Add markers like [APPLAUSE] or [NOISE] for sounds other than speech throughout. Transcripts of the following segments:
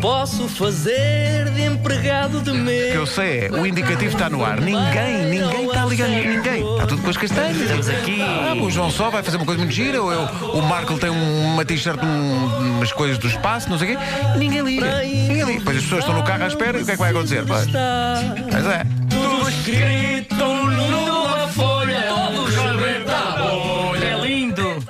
Posso fazer de empregado de O mês. que eu sei é, o indicativo está no ar. Ninguém, ninguém está ligando a ninguém. Está tudo com as castanhas. Estamos aqui. Ah, o João Só vai fazer uma coisa muito gira, ou eu, o Marco tem um- uma t-shirt, um- umas coisas do espaço, não sei o quê. Ninguém liga. Ninguém liga. Pois as pessoas estão no carro à espera e o que é que vai acontecer? Pois, Está pois é. tudo escrito numa folha. Todos É lindo!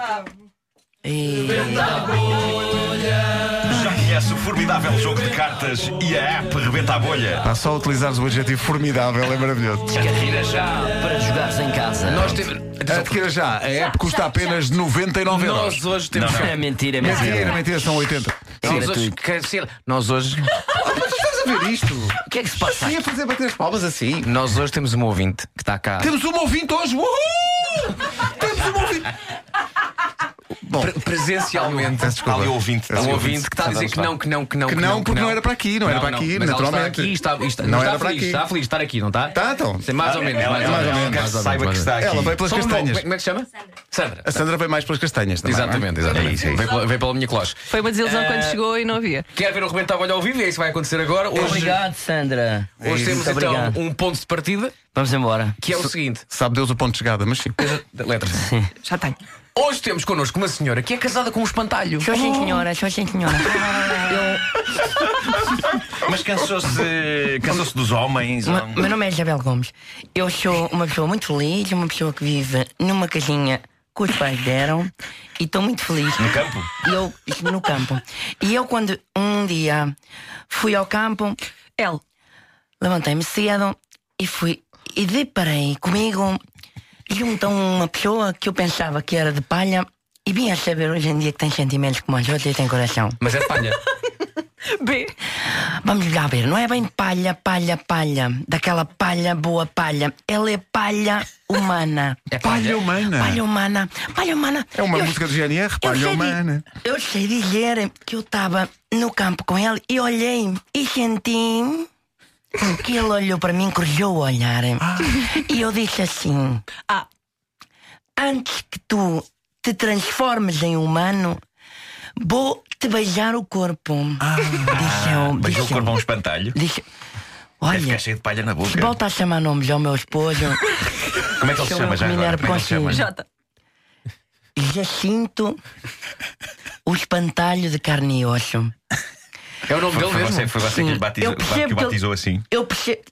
Já conhece o formidável jogo de cartas e a app Rebenta a Bolha? Há só utilizares o adjetivo formidável, é maravilhoso. Carreira já para jogares em casa. Nós tivemos. Adquira já. A app custa apenas 99 euros. Nós hoje temos. É mentira, é Mentira, mentira. mentira, são 80. Nós hoje, cancela. Nós hoje. Estás a ver isto? O que é que se passa? Ia fazer bater as palmas assim. Nós hoje temos um ouvinte que está cá. Temos um ouvinte hoje! Uhul! Temos um ouvinte! Pre- presencialmente. Peço desculpa. Ali o ouvinte. Peço Um desculpa. ouvinte que está a dizer que não, que não, que não. Que não, porque não era para aqui, não era para aqui, mas ela naturalmente. Está aqui, está, está, Não não era está para feliz, aqui. está feliz de estar aqui, não está? Tá, então. Sim, mais ou menos, Ela, mais ou ela, menos. ela, menos, mais ou saiba menos. que está aqui. Ela veio pelas Só um nome, castanhas. Como é que se chama? Sandra. Sandra. A Sandra veio mais pelas castanhas também. Exatamente, exatamente. É isso, é isso. Veio, pela, veio pela minha cloche. Foi uma desilusão quando chegou e não havia. Quer ver o Rebento à Bolha ao vivo? É isso que vai acontecer agora. Hoje, Obrigado, Sandra. hoje temos Muito então obrigado. um ponto de partida Vamos embora. que é o seguinte. Sabe Deus o ponto de chegada, mas sim. Letras. Já tenho. Hoje temos connosco uma senhora que é casada com um espantalho. Sou sim, senhora, sou sim, senhora. Mas cansou-se cansou dos homens? Ma- ou- Meu nome é Isabel Gomes. Eu sou uma pessoa muito feliz, uma pessoa que vive numa casinha que os pais deram e estou muito feliz. No campo? E Eu, no campo. E eu, quando um dia fui ao campo, L. levantei-me cedo e fui e deparei comigo junto a uma pessoa que eu pensava que era de palha e vim a saber hoje em dia que tem sentimentos como os outros e tem coração. Mas é de palha. B. Vamos lá ver, não é bem palha, palha, palha, daquela palha, boa palha. Ela é palha [LAUGHS] humana. É Palha humana. Palha humana, palha humana. É uma Eu- música do GNR, eu palha sei di- é humana. Eu sei dizer que eu estava no campo com ele e olhei e senti que ele olhou para mim, cruzou o olhar. Ah. E eu disse assim: Ah. Antes que tu te transformes em humano, vou te beijar o corpo. Ah. disse eu. disse Beijou o eu. corpo a um espantalho? Disse, Deve olha, ficar cheio de palha na boca. se volta a chamar nomes ao meu esposo, Como é que ele se Chama chama já Minerva agora? Como é que ele se chama? Conchim. J. Jacinto, o espantalho de carne e osso. É o nome Foi, dele foi, mesmo. você, foi você que Sim. lhe batizou, Eu percebo que o que ele- batizou assim? Eu percebo.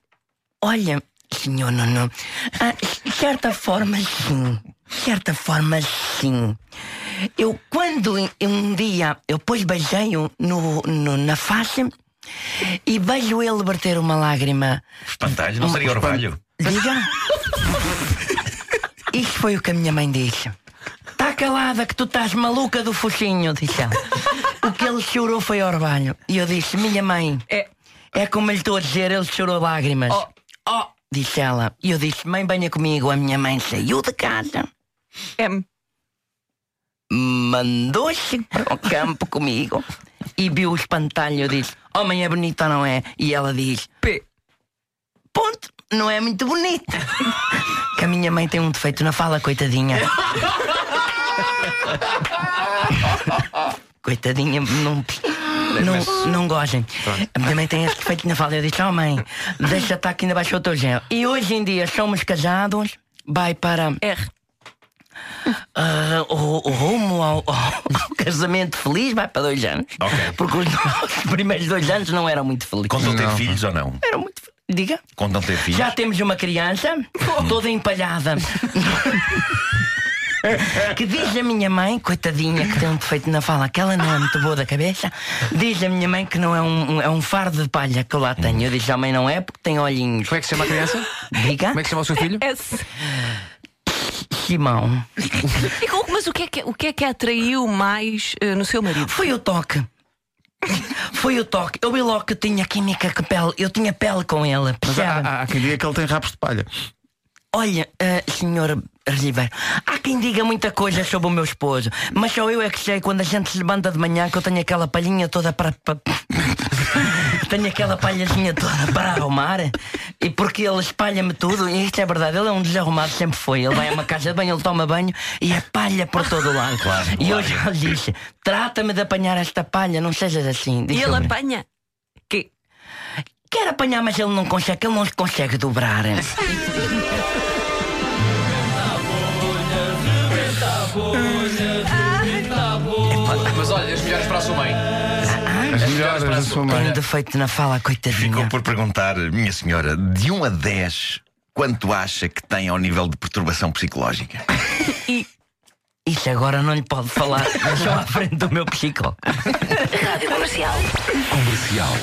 Olha, senhor Nuno, ah, de certa forma, sim. De certa forma, sim. Eu, quando em- um dia eu pus beijei-o no, no- na face e vejo ele bater uma lágrima, Espantalho? Não seria orvalho? diga. Isto foi o que a minha mãe disse. Está calada que tu estás maluca do focinho, disse ela. O que ele chorou foi orvalho. E eu disse, minha mãe, É. é como lhe estou a dizer, ele chorou lágrimas. Oh. oh, disse ela. E eu disse, mãe, venha comigo. A minha mãe saiu de casa, M. mandou-se para o campo comigo e viu o espantalho. Eu disse, homem é bonita, não é? E ela diz, P. ponto, não é muito bonita. [LAUGHS] que a minha mãe tem um defeito na fala, [LAUGHS] coitadinha. coitadinha, não. Não, não gozem. A minha mãe tem esse defeito na fala. Eu disse, oh mãe, deixa estar que ainda baixou o teu gel. E hoje em dia somos casados, vai para R. ah, o, o rumo ao, ao casamento feliz, vai para dois anos. Ok. Porque os nossos primeiros dois anos não eram muito felizes. Contam ter filhos ou não? Eram muito felizes. Diga? Contam ter filhos? Já temos uma criança toda empalhada. Que diz a minha mãe, coitadinha, que tem um defeito na fala, que ela não é muito boa da cabeça, diz a minha mãe que não é um, é um fardo de palha que eu lá tenho. Eu disse, a mãe não é porque tem olhinhos. Como é que se chama a criança? Diga, Como é que se chama o seu filho? S. Simão. E como- Mas o que é que, o que, é que a atraiu mais eh, no seu marido? Foi o toque. Foi o toque. Eu vi logo que eu tinha química com pele, eu tinha pele com ah, ele. Mas há, percebe? há- há quem diga que ele tem rapos de palha. Olha, eh, senhor Ribeiro, há quem diga muita coisa sobre o meu esposo, mas só eu é que sei quando a gente se levanta de manhã que eu tenho aquela palhinha toda para. para- [LAUGHS] tenho aquela palhazinha toda para arrumar e porque ele espalha-me tudo, e isto é verdade, ele é um desarrumado, sempre foi. Ele vai a uma casa de banho, ele toma banho e é palha por todo o lado. Claro, e eu claro. já lhe disse: trata-me de apanhar esta palha, não sejas assim. E Disse ele ele. apanha. Quer apanhar, mas ele não consegue, ele não se consegue dobrar. Mas olha, as melhores para a sua mãe. ah. As melhores da sua Tem um mãe. defeito na fala, Ficou coitadinha. por perguntar, minha senhora, de 1 a 10, quanto acha que tem ao nível de perturbação psicológica? Isso agora não lhe pode falar, só à frente do meu psicólogo. Rádio Comercial.